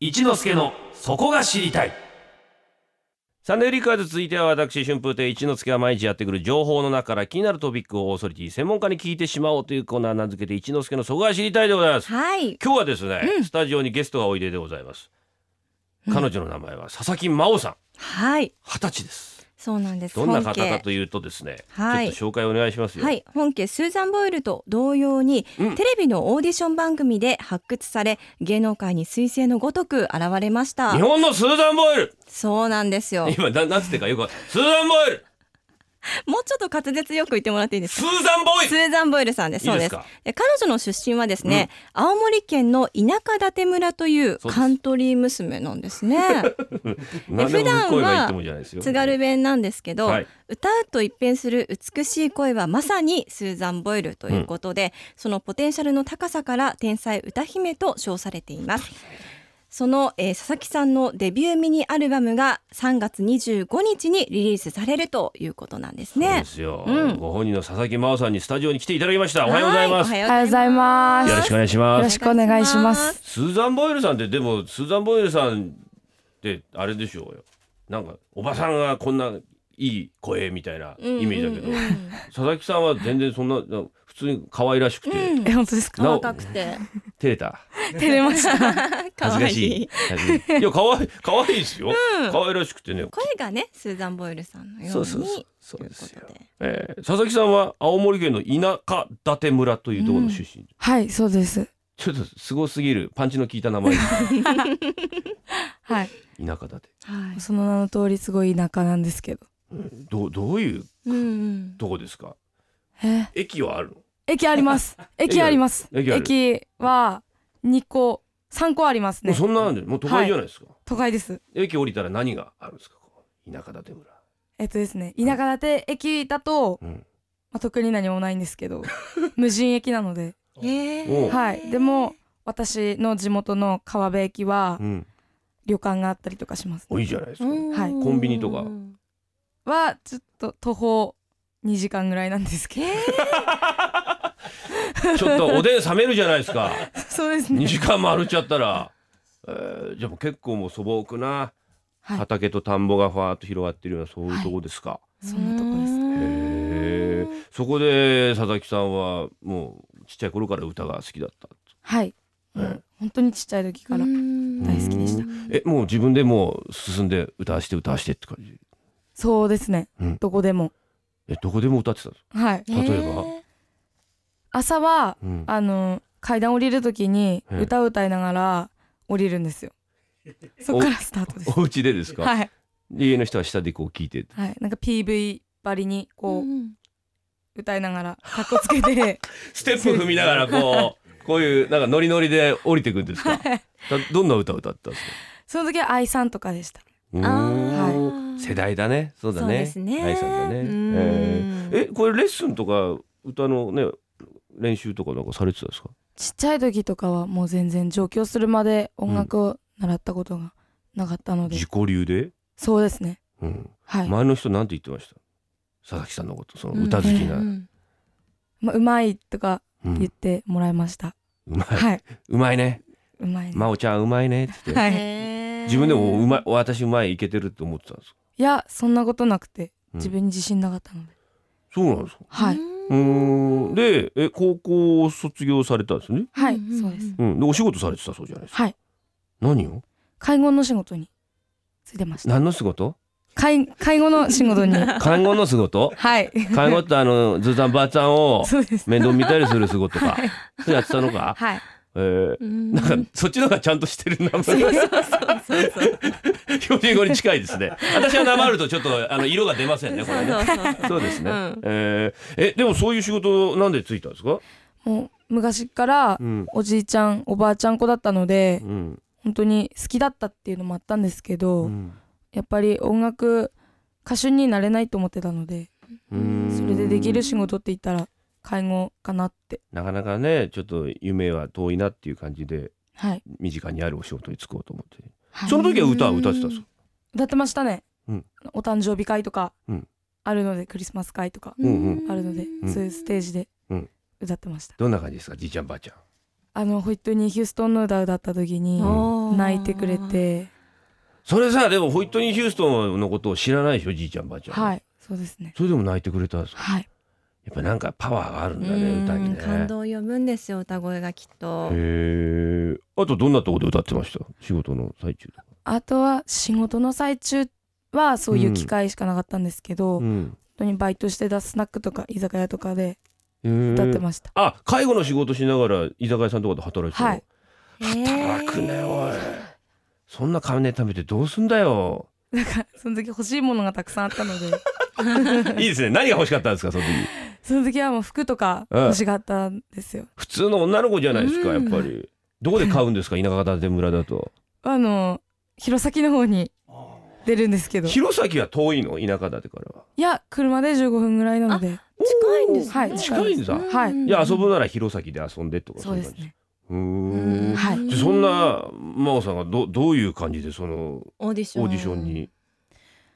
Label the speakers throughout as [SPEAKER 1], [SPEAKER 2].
[SPEAKER 1] 一之助のそこが知りたいサンデーリッカーズ続いては私春風亭一之輔が毎日やってくる情報の中から気になるトピックをオーソリティ専門家に聞いてしまおうというコーナー名付けて一之輔のそこが知りたいでございます
[SPEAKER 2] はい。
[SPEAKER 1] 今日はですね、スタジオにゲストがおいででございます彼女の名前は佐々木真央さん
[SPEAKER 2] はい。
[SPEAKER 1] 二十歳です
[SPEAKER 2] そうなんです。
[SPEAKER 1] どんな方
[SPEAKER 2] 本
[SPEAKER 1] か
[SPEAKER 2] 家
[SPEAKER 1] というとですね、
[SPEAKER 2] はい
[SPEAKER 1] ちょっと紹介お願いしますよ、
[SPEAKER 2] はい、本家スーザン・ボイルと同様に、
[SPEAKER 1] うん
[SPEAKER 2] テレビのオーディション番組で発掘され芸能界に彗星のごとく現れました
[SPEAKER 1] 日本のスーザン・ボイル
[SPEAKER 2] そうなんですよ
[SPEAKER 1] 今ななんつってかよくわかんないスーザン・ボイル
[SPEAKER 2] もうちょっと滑舌よく言ってもらっていいです
[SPEAKER 1] ス
[SPEAKER 2] か
[SPEAKER 1] ーザン・ボイ
[SPEAKER 2] ス
[SPEAKER 1] ル
[SPEAKER 2] ーザン・ボイルさんですそう
[SPEAKER 1] いい
[SPEAKER 2] で
[SPEAKER 1] ですすか
[SPEAKER 2] で彼女の出身はですね、青森県の田舎館村とい
[SPEAKER 1] そ
[SPEAKER 2] う
[SPEAKER 1] うです
[SPEAKER 2] カントリー娘なんですね
[SPEAKER 1] 何でも
[SPEAKER 2] 普段は
[SPEAKER 1] 声がいいってもんじゃないですよ
[SPEAKER 2] 津軽弁なんですけど、
[SPEAKER 1] はい
[SPEAKER 2] 歌うと一変する美しい声はまさにスーザン・ボイルということで、そのポテンシャルの高さから天才歌姫と称されていますその、えー佐々木さんのデビューミニアルバムが3月25日にリリースされるということなんです
[SPEAKER 1] そう
[SPEAKER 2] ね
[SPEAKER 1] ですよ、
[SPEAKER 2] うん
[SPEAKER 1] ご本人の佐々木真央さんにスタジオに来ていただきましたおはようございます
[SPEAKER 2] は
[SPEAKER 1] よ
[SPEAKER 2] お
[SPEAKER 3] お
[SPEAKER 2] は
[SPEAKER 3] は
[SPEAKER 2] ようご
[SPEAKER 3] ようご
[SPEAKER 2] ざ
[SPEAKER 3] ざ
[SPEAKER 2] い
[SPEAKER 3] い
[SPEAKER 2] ま
[SPEAKER 3] ますす
[SPEAKER 1] ろしくお願いしま
[SPEAKER 3] よろ
[SPEAKER 1] す
[SPEAKER 3] しくお願いします
[SPEAKER 1] スーザン・ボイルさんってでもスーザン・ボイルさんってあれでしょうよなんかおばさんがこんないい声みたいなイメージだけど、
[SPEAKER 2] うんうんうん
[SPEAKER 1] 佐々木さんは全然そんなな普通に可愛らしくて、
[SPEAKER 2] うん
[SPEAKER 3] え本当ですか
[SPEAKER 1] なお
[SPEAKER 2] 若くて
[SPEAKER 1] 照れた
[SPEAKER 3] 照れました。
[SPEAKER 1] 恥ずかしい恥ずかしいいや可愛い可愛いですよ、
[SPEAKER 2] うん
[SPEAKER 1] 可愛らしくてね
[SPEAKER 2] 声がねスーザン・ボイルさんのように
[SPEAKER 1] そうそうそうそう
[SPEAKER 2] とい
[SPEAKER 1] で
[SPEAKER 2] う
[SPEAKER 1] すよ
[SPEAKER 2] ことで
[SPEAKER 1] えー、佐々木さんは青森県の田舎館村というところの出身、
[SPEAKER 3] はい、そうです。
[SPEAKER 1] ちょっとすごすぎるパンチの効いた名前です
[SPEAKER 3] はい。
[SPEAKER 1] 田舎館
[SPEAKER 2] はい
[SPEAKER 3] その名の通りすごい田舎なんですけど。
[SPEAKER 1] どどういう
[SPEAKER 2] うんうん
[SPEAKER 1] とこですか
[SPEAKER 3] え
[SPEAKER 1] 駅はある
[SPEAKER 3] 駅あります。 駅あります。
[SPEAKER 1] 駅ある
[SPEAKER 3] 駅は二個、三個あります
[SPEAKER 1] の、もう
[SPEAKER 3] ね。
[SPEAKER 1] そんななんでもう都会じゃないですか、
[SPEAKER 3] 都会です。
[SPEAKER 1] 駅降りたら何があるんですかこう田舎館村、
[SPEAKER 3] えっとですね、田舎建て駅だと、
[SPEAKER 1] うん、
[SPEAKER 3] まあ、特に何もないんです けど、無人駅なので。
[SPEAKER 2] へ
[SPEAKER 1] お
[SPEAKER 2] ー
[SPEAKER 1] う
[SPEAKER 3] はい。でも、私の地元の川辺駅は
[SPEAKER 1] うん、
[SPEAKER 3] 旅館があったりとかします。
[SPEAKER 1] おいいじゃないですか、
[SPEAKER 3] はい
[SPEAKER 1] コンビニとか
[SPEAKER 3] は、ちょっと徒歩2時間ぐらいなんですけ
[SPEAKER 1] ちょっとおでん冷めるじゃないですか
[SPEAKER 3] ど。 そうです
[SPEAKER 1] 2
[SPEAKER 3] ね。
[SPEAKER 1] 時間も歩いちゃったら、えー、じゃあもう結構もう素朴な
[SPEAKER 3] はい
[SPEAKER 1] 畑と田んぼがファーっと広がってるようなそういうとこですか、
[SPEAKER 3] そんなとこです。
[SPEAKER 1] へえそこで佐々木さんはもうちっちゃい頃から歌が好きだった
[SPEAKER 3] はい。
[SPEAKER 1] え
[SPEAKER 3] もう本当にちっちゃい時から。
[SPEAKER 2] 大
[SPEAKER 3] 大好きでした
[SPEAKER 1] えもう自分でもう進んで歌わして歌わしてって感じ
[SPEAKER 3] そうですね。
[SPEAKER 1] うん
[SPEAKER 3] どこでも。
[SPEAKER 1] えどこでも歌ってたの
[SPEAKER 3] はい。
[SPEAKER 1] 例えば
[SPEAKER 3] 朝は、
[SPEAKER 1] うん
[SPEAKER 3] あの、階段降りる時に
[SPEAKER 1] ええ
[SPEAKER 3] 歌を歌いながら降りるんで すよ。そっからスタートです。
[SPEAKER 1] お家でですか、
[SPEAKER 3] はい。
[SPEAKER 1] 家の人は下でこう聞いてて
[SPEAKER 3] はい。なんか PV ばりに、こう、
[SPEAKER 2] ん
[SPEAKER 3] 歌いながら、かっこつけ て、
[SPEAKER 1] ステップ踏みながらこう こういうなんかノリノリで降りてくんですか、だどんな歌を歌ったんですか
[SPEAKER 3] その時は愛さんとかでした。
[SPEAKER 1] う
[SPEAKER 2] あ
[SPEAKER 1] ーん
[SPEAKER 2] ー
[SPEAKER 1] 世代だねそうだ
[SPEAKER 2] そう
[SPEAKER 1] ね
[SPEAKER 2] ですね
[SPEAKER 1] 愛さんだね
[SPEAKER 2] う
[SPEAKER 1] えー
[SPEAKER 2] ん
[SPEAKER 1] えこれレッスンとか歌のね練習とかなんかされてたんですか
[SPEAKER 3] ちっちゃい時とかはもう全然上京するまで音楽を習ったことがなかったので、
[SPEAKER 1] 自己流で、
[SPEAKER 3] そうですね。
[SPEAKER 1] うん、
[SPEAKER 3] はい。
[SPEAKER 1] 前の人なんて言ってました佐々木さんのことその歌好きな、う
[SPEAKER 2] うん
[SPEAKER 3] まうまいとか
[SPEAKER 1] ん
[SPEAKER 3] 言ってもらいました。
[SPEAKER 1] うまい、
[SPEAKER 3] はい。
[SPEAKER 1] うまいね
[SPEAKER 3] うまいね。
[SPEAKER 1] 真央ちゃんうまいねって言って、
[SPEAKER 3] はい。
[SPEAKER 2] へー
[SPEAKER 1] 自分でもうまい私うまいいけてるって思ってたんですか、
[SPEAKER 3] いやそんなことなくて
[SPEAKER 1] うん
[SPEAKER 3] 自分に自信なかったので、
[SPEAKER 1] そうなんですか
[SPEAKER 3] はい、
[SPEAKER 1] うーんでえ高校を卒業されたんですね
[SPEAKER 3] はい、
[SPEAKER 2] うんうんうん
[SPEAKER 3] そうです
[SPEAKER 1] うんでお仕事されてたそうじゃないですか
[SPEAKER 3] はい
[SPEAKER 1] 何を
[SPEAKER 3] 介護の仕事についてました
[SPEAKER 1] 何の仕事
[SPEAKER 3] 介介護の仕事に
[SPEAKER 1] 看護の仕事
[SPEAKER 3] はい
[SPEAKER 1] 看護ってあのずーさんばあちゃんを
[SPEAKER 3] そうです
[SPEAKER 1] 面倒見たりする仕事か
[SPEAKER 3] はい、
[SPEAKER 1] そうやってたのか、
[SPEAKER 3] はい、
[SPEAKER 1] えー
[SPEAKER 2] うん
[SPEAKER 1] なんかそっちの方がちゃんとしてる名前
[SPEAKER 2] そうそうそう
[SPEAKER 1] 標準語に近いですね。私はなまるとちょっとあの色が出ませんね。これ
[SPEAKER 2] そう
[SPEAKER 1] ね。
[SPEAKER 2] そうそう
[SPEAKER 1] そうですね。
[SPEAKER 2] うん
[SPEAKER 1] えーえでもそういう仕事なんでついたんですか。
[SPEAKER 3] もう昔から
[SPEAKER 1] うん。
[SPEAKER 3] おじいちゃんおばあちゃん子だったので
[SPEAKER 1] うん。
[SPEAKER 3] 本当に好きだったっていうのもあったんですけど、
[SPEAKER 1] うん
[SPEAKER 3] やっぱり音楽歌手になれないと思ってたので
[SPEAKER 1] うん
[SPEAKER 3] それでできる仕事って言ったら介護かなって
[SPEAKER 1] なかなかねちょっと夢は遠いなっていう感じで
[SPEAKER 3] はい、
[SPEAKER 1] 身近にあるお仕事に就こうと思って
[SPEAKER 3] はい、
[SPEAKER 1] その時は歌は歌ってたんですか
[SPEAKER 3] 歌ってましたね、
[SPEAKER 1] うん
[SPEAKER 3] お誕生日会とか
[SPEAKER 1] うん
[SPEAKER 3] あるのでクリスマス会とか
[SPEAKER 1] うんうん
[SPEAKER 3] あるので、
[SPEAKER 1] ん
[SPEAKER 3] そういうステージで
[SPEAKER 1] うん
[SPEAKER 3] 歌ってました、
[SPEAKER 1] どんな感じですかじいちゃんばあちゃん
[SPEAKER 3] あの本当にヒューストンの歌だった時に
[SPEAKER 2] おー
[SPEAKER 3] 泣いてくれて
[SPEAKER 1] それさでもホイットニー・ヒューストンのことを知らないでしょじいちゃんばあちゃん
[SPEAKER 3] はいそうですね
[SPEAKER 1] それでも泣いてくれたんですか
[SPEAKER 3] はい
[SPEAKER 1] やっぱなんかパワーがあるんだ
[SPEAKER 2] う
[SPEAKER 1] ね
[SPEAKER 2] ん
[SPEAKER 1] 歌にね
[SPEAKER 2] 感動を呼ぶんですよ歌声がきっと
[SPEAKER 1] へえあとどんなとこで歌ってました仕事の最中とか
[SPEAKER 3] あとは仕事の最中はそうい
[SPEAKER 1] う
[SPEAKER 3] う
[SPEAKER 1] ん
[SPEAKER 3] 機会しかなかったんですけど、本
[SPEAKER 1] ん
[SPEAKER 3] 当にバイトしてたスナックとか居酒屋とかで歌
[SPEAKER 1] 歌
[SPEAKER 3] ってました、
[SPEAKER 1] あ介護の仕事しながら居酒屋さんとかで働いてたの、
[SPEAKER 3] はい
[SPEAKER 1] 働くねおいそんな金貯めてどうすんだよ
[SPEAKER 3] その時欲しいものがたくさんあっ たので
[SPEAKER 1] いいですね何が欲しかったんですかその時
[SPEAKER 3] その時はもう服とか
[SPEAKER 1] うん
[SPEAKER 3] 欲しかったんですよ
[SPEAKER 1] 普通の女の子じゃないですかや
[SPEAKER 2] う
[SPEAKER 1] っ
[SPEAKER 2] ん
[SPEAKER 1] ぱりどこで買うんですか田舎建て村だと
[SPEAKER 3] あの弘前の方に出るんですけど
[SPEAKER 1] 弘前は遠いの田舎建てからはい
[SPEAKER 3] や車で15分ぐらいなので
[SPEAKER 2] 近いんですね
[SPEAKER 3] はい
[SPEAKER 1] 近いんだ、
[SPEAKER 2] うん
[SPEAKER 3] はい
[SPEAKER 1] いや遊ぶなら弘前で遊んでとか
[SPEAKER 3] そう
[SPEAKER 1] い
[SPEAKER 3] で
[SPEAKER 1] 感
[SPEAKER 3] す
[SPEAKER 1] じ
[SPEAKER 3] ね
[SPEAKER 1] うーん
[SPEAKER 3] んはい
[SPEAKER 1] でそんな真央さんがどどういう感じでその
[SPEAKER 2] オーディション
[SPEAKER 1] オーディションに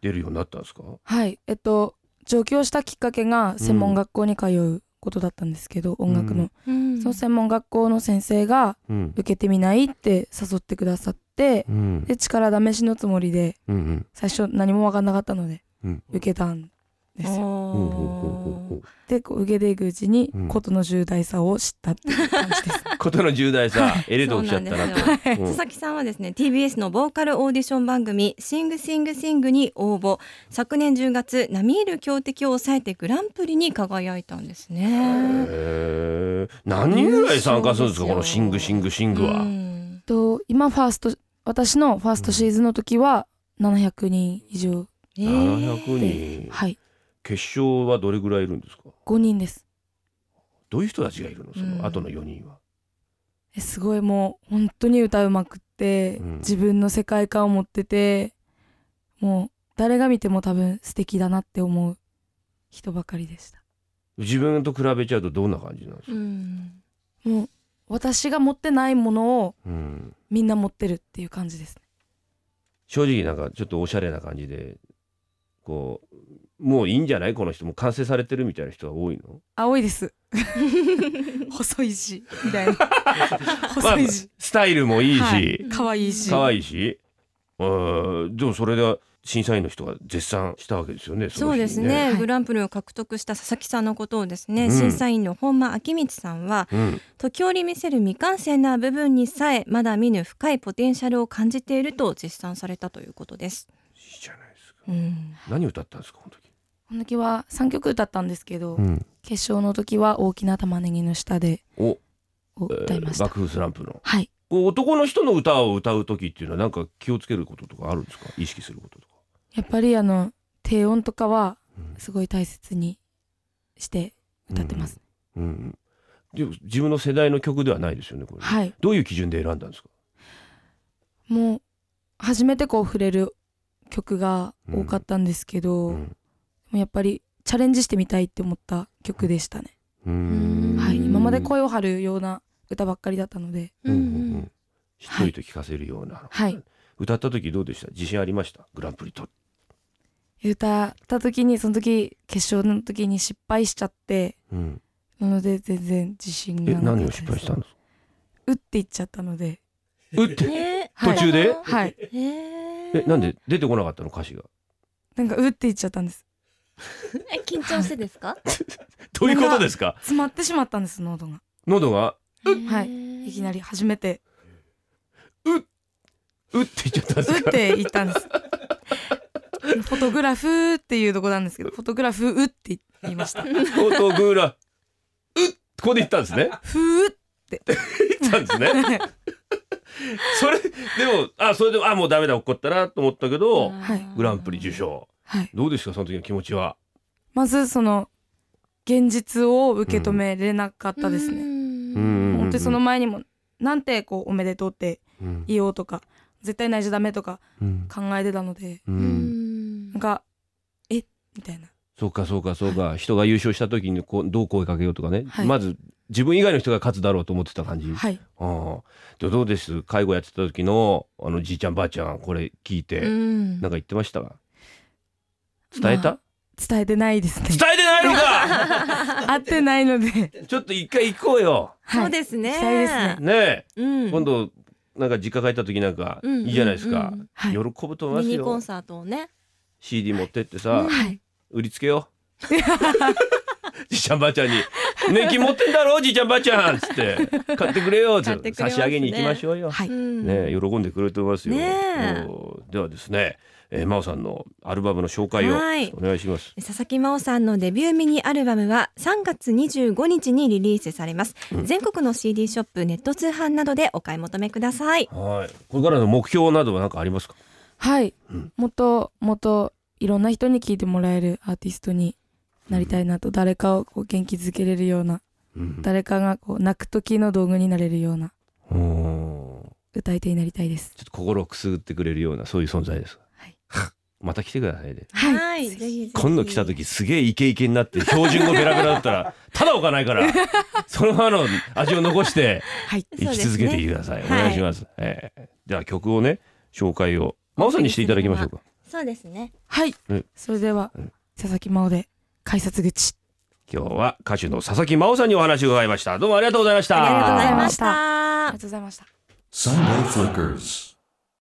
[SPEAKER 1] 出るようになったんですか
[SPEAKER 3] はいえっと上京したきっかけが専門学校に通うことだったんですけど、音楽の、
[SPEAKER 2] うん
[SPEAKER 3] その専門学校の先生が
[SPEAKER 1] うん
[SPEAKER 3] 受けてみないって誘ってくださって
[SPEAKER 1] うん
[SPEAKER 3] で力試しのつもりで
[SPEAKER 1] うんうん
[SPEAKER 3] 最初何も分かんなかったので
[SPEAKER 1] うん
[SPEAKER 3] 受けたんですよ
[SPEAKER 2] おー
[SPEAKER 1] ほうほうほうほうほう
[SPEAKER 3] でこう受けていくうちに
[SPEAKER 1] うん
[SPEAKER 3] 事の重大さを知ったっていう感 じです、
[SPEAKER 1] ことの重大さエレート起きちゃった
[SPEAKER 2] そう
[SPEAKER 1] な
[SPEAKER 2] なん
[SPEAKER 1] と
[SPEAKER 2] ですよ
[SPEAKER 1] うん
[SPEAKER 2] 佐々木さんはですね TBS のボーカルオーディション番組「シングシングシング」に応募昨年10月並みいる強敵を抑えてグランプリに輝いたんですね。
[SPEAKER 1] へー何人ぐらい参加するんですかこのシングシングシングは、
[SPEAKER 2] うん
[SPEAKER 3] と今ファースト私のファーストシーズンの時は700人以上
[SPEAKER 2] えー
[SPEAKER 1] 700人
[SPEAKER 3] はい
[SPEAKER 1] 決勝はどれぐらいいるんですか
[SPEAKER 3] 5人です
[SPEAKER 1] どういう人たちがいるのそ
[SPEAKER 2] うん
[SPEAKER 1] の後の4人は、
[SPEAKER 3] えすごいもう本当に歌うまくって、
[SPEAKER 1] うん
[SPEAKER 3] 自分の世界観を持っててもう誰が見ても多分素敵だなって思う人ばかりでした
[SPEAKER 1] 自分と比べちゃうとどんな感じなんです
[SPEAKER 2] う
[SPEAKER 1] か、
[SPEAKER 2] ん
[SPEAKER 3] もう私が持ってないものを
[SPEAKER 1] うん
[SPEAKER 3] みんな持ってるっていう感じですね
[SPEAKER 1] 正直なんかちょっとおしゃれな感じでこうもういいんじゃないこの人もう完成されてるみたいな人は多いの
[SPEAKER 3] 青いです細いし みたいな細いし、
[SPEAKER 1] スタイルもいいし、
[SPEAKER 3] はい可愛いし
[SPEAKER 1] 可愛いし、うん、でもそれで審査員の人が絶賛したわけですよね。
[SPEAKER 2] そうです
[SPEAKER 1] の日
[SPEAKER 2] ね、
[SPEAKER 3] はい
[SPEAKER 2] グランプリを獲得した佐々木さんのことをですね、
[SPEAKER 1] うん
[SPEAKER 2] 審査員の本間明光さんは
[SPEAKER 1] うん、
[SPEAKER 2] 時折見せる未完成な部分にさえまだ見ぬ深いポテンシャルを感じていると実賛されたということです。
[SPEAKER 1] いいじゃないですか。
[SPEAKER 2] うん、
[SPEAKER 1] 何歌ったんですかこの時。
[SPEAKER 3] この時は3曲歌ったんですけど、
[SPEAKER 1] ん、
[SPEAKER 3] 決勝の時は「大きな玉ねぎの下で
[SPEAKER 1] お、」
[SPEAKER 3] を
[SPEAKER 1] えー
[SPEAKER 3] 歌いました、
[SPEAKER 1] 爆風スランプの。
[SPEAKER 3] はい
[SPEAKER 1] こう男の人の歌を歌う時っていうのはなんか気をつけることとかあるんですか。意識することとか。
[SPEAKER 3] やっぱりあの低音とかは
[SPEAKER 1] うん
[SPEAKER 3] すごい大切にして歌ってます、。
[SPEAKER 1] うん、うんでも自分の世代の曲ではないですよねこれ。
[SPEAKER 3] はい
[SPEAKER 1] どういう基準で選んだんですか。
[SPEAKER 3] もう初めてこう触れる曲が多かったんですけど、
[SPEAKER 1] う
[SPEAKER 3] で
[SPEAKER 1] ん
[SPEAKER 3] もやっぱりチャレンジしてみたいって思った曲でしたね、
[SPEAKER 1] うん
[SPEAKER 3] はい、今まで
[SPEAKER 1] う
[SPEAKER 3] 声を張るような歌ばっかりだったので
[SPEAKER 1] んうんうんしっとりと聞かせるような。
[SPEAKER 3] はい。
[SPEAKER 1] 歌った時どうでした。自信ありました。グランプリと。
[SPEAKER 3] 歌った時にその時決勝の時に失敗しちゃって
[SPEAKER 1] うん。
[SPEAKER 3] なので全然自信
[SPEAKER 1] え
[SPEAKER 3] がなかった
[SPEAKER 1] 何
[SPEAKER 3] で
[SPEAKER 1] を
[SPEAKER 3] す
[SPEAKER 1] 失敗したんですか
[SPEAKER 3] 打っていっちゃったので
[SPEAKER 1] うって
[SPEAKER 2] ね
[SPEAKER 3] はい
[SPEAKER 1] 途中で
[SPEAKER 3] はい
[SPEAKER 2] え
[SPEAKER 1] えなんで出てこなかったの歌詞が
[SPEAKER 3] なんか打っていっちゃったんです
[SPEAKER 2] え緊張してですか
[SPEAKER 1] どういうことですか
[SPEAKER 3] 詰まってしまったんです喉が
[SPEAKER 1] 喉が
[SPEAKER 3] はい
[SPEAKER 2] い
[SPEAKER 3] いきな
[SPEAKER 2] り
[SPEAKER 3] り初めて
[SPEAKER 1] うって言っちゃったんです
[SPEAKER 3] 打っ
[SPEAKER 1] か
[SPEAKER 3] ていったんですフォトグラフっていうとこなんですけどフォトグラフ打って言いました
[SPEAKER 1] フォトグラうここで言ったん ですね
[SPEAKER 3] ふーっ
[SPEAKER 1] 言ったんですね
[SPEAKER 3] て
[SPEAKER 1] それでもあそれでもあもうダメだ怒ったなと思ったけど
[SPEAKER 3] はい
[SPEAKER 1] グランプリ受賞
[SPEAKER 3] はい
[SPEAKER 1] どうですかその時の気持ちは
[SPEAKER 3] まずその現実を受け止めれなかったですね、
[SPEAKER 1] うん
[SPEAKER 3] 本当にその前にもなんてこうおめでとうって
[SPEAKER 1] うん
[SPEAKER 3] 言おうとか絶対泣いちゃダメとか
[SPEAKER 1] うん
[SPEAKER 3] 考えてたので
[SPEAKER 1] うん
[SPEAKER 3] なんかえみたいな
[SPEAKER 1] そうかそうかそうか人が優勝した時にこうどう声かけようとかね
[SPEAKER 3] はい
[SPEAKER 1] まず自分以外の人が勝つだろうと思ってた感じ
[SPEAKER 3] はい
[SPEAKER 1] ああでどうです介護やってた時のあのじいちゃんばあちゃんこれ聞いて、なんか言ってました伝えた、
[SPEAKER 3] まあ伝えてないですね
[SPEAKER 1] 伝えてないないのか
[SPEAKER 3] 会ってないので
[SPEAKER 1] ちょっと一回行こうよ
[SPEAKER 3] はい
[SPEAKER 2] そうですね。
[SPEAKER 3] 行きたいですね
[SPEAKER 1] ね
[SPEAKER 2] うん。
[SPEAKER 1] え今度なんか実家帰った時なんか
[SPEAKER 2] うん
[SPEAKER 1] いいじゃないですか
[SPEAKER 2] うんうん
[SPEAKER 3] はい
[SPEAKER 1] 喜ぶと思い
[SPEAKER 2] ミ
[SPEAKER 1] ます
[SPEAKER 2] ニコン
[SPEAKER 1] よ
[SPEAKER 2] サートをね。
[SPEAKER 1] CD 持ってってさ
[SPEAKER 2] はい。
[SPEAKER 1] 売りつけようじいちゃんばあちゃんに「年金持ってんだろじいちゃんばあちゃん」っつって「買ってくれよ」っつ
[SPEAKER 2] 買っ
[SPEAKER 1] って
[SPEAKER 2] てく
[SPEAKER 1] 差
[SPEAKER 2] れます
[SPEAKER 1] し
[SPEAKER 2] ね
[SPEAKER 1] 上げに行きましょうよ。
[SPEAKER 3] はい
[SPEAKER 2] うん
[SPEAKER 1] ねえ、喜んでくれると思いますよ。
[SPEAKER 2] ねえ
[SPEAKER 1] うんではですね、えー、真央さんのアルバムの紹介を
[SPEAKER 2] はい
[SPEAKER 1] お願いします。
[SPEAKER 2] 佐々木真央さんのデビューミニアルバムは3月25日にリリースされます、
[SPEAKER 1] うん
[SPEAKER 2] 全国の CD ショップネット通販などでお買い求めください
[SPEAKER 1] はい、これからの目標などは何かありますか。
[SPEAKER 3] はい、
[SPEAKER 1] うん
[SPEAKER 3] もっともっといろんな人に聞いてもらえるアーティストになりたいなと、誰かをこう元気づけれるような
[SPEAKER 1] うん
[SPEAKER 3] 誰かがこう泣く時の道具になれるような
[SPEAKER 1] うん
[SPEAKER 3] 歌い手になりたいです
[SPEAKER 1] ちょっと心をくすぐってくれるような、そういう存在です。
[SPEAKER 3] はい
[SPEAKER 1] また来てくださいね。
[SPEAKER 2] はい、
[SPEAKER 3] ぜ
[SPEAKER 2] ぜ
[SPEAKER 3] ひ
[SPEAKER 2] ひぜひ
[SPEAKER 1] 今度来た時、すげえイケイケになって、標準語ベラベラだった ら、ただ置かないから。そのままの味を残 して、
[SPEAKER 3] はい
[SPEAKER 1] 生き続けていてください。お願いします。ええでは曲をね、紹介を、真央さんにしていただきましょうか。
[SPEAKER 2] そうですね
[SPEAKER 3] はい、
[SPEAKER 1] うん
[SPEAKER 3] それでは、
[SPEAKER 1] うん
[SPEAKER 3] 佐々木真央で改札口
[SPEAKER 1] 今日は歌手の佐々木真央さんにお話を伺いましたどうもありがとうございました
[SPEAKER 2] ありがとうございまし
[SPEAKER 3] あ
[SPEAKER 2] た
[SPEAKER 3] ありがとうございました
[SPEAKER 4] Sunday Flickers.